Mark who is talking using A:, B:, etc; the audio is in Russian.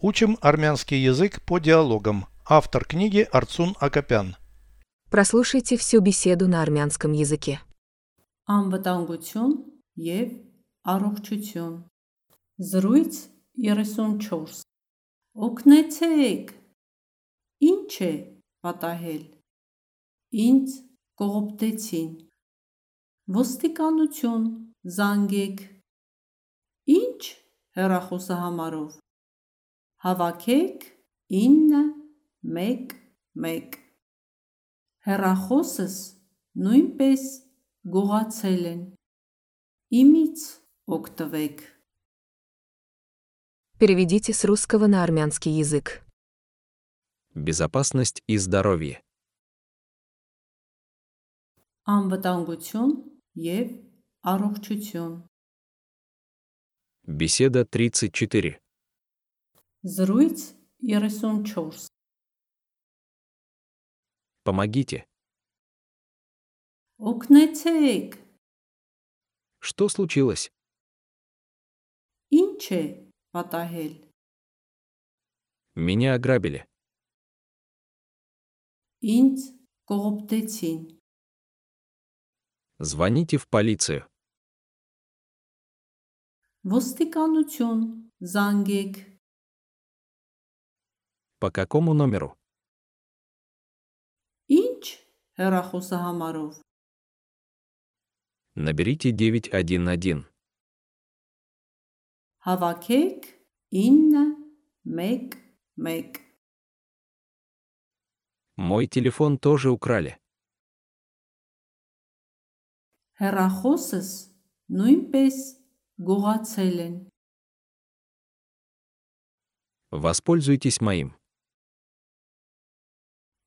A: Учим армянский язык по диалогам. Автор книги Арцун Акопян.
B: Прослушайте всю беседу на армянском языке.
C: անվտանգություն եւ առողջություն զրույց 34 օգնեցեք ինչ է պատահել ինձ կողոպտեցին ոստիկանություն զանգեք ինչ հեռախոսահամարով հավաքեք 911 հեռախոսս նույնպես գողացել են։ Իմից օգտվեք։
B: Переведите с русского на армянский язык.
D: безопасность и здоровье,
C: Անվտանգություն եւ առողջություն։
D: беседа 34,
C: Զրույց 34։
D: помогите,
C: Օգնեցեք։
D: что случилось,
C: Ինչ է պատահել։
D: меня ограбили,
C: Ինձ կողոպտեցին։
D: звоните в полицию,
C: Ոստիկանություն զանգեք։
D: по какому номеру,
C: Ինչ հեռախոսահամարով։
D: наберите 911,
C: Հավաքեք 911։
D: мой телефон тоже украли,
C: Հեռախոսս նույնպես գողացել են։
D: воспользуйтесь моим,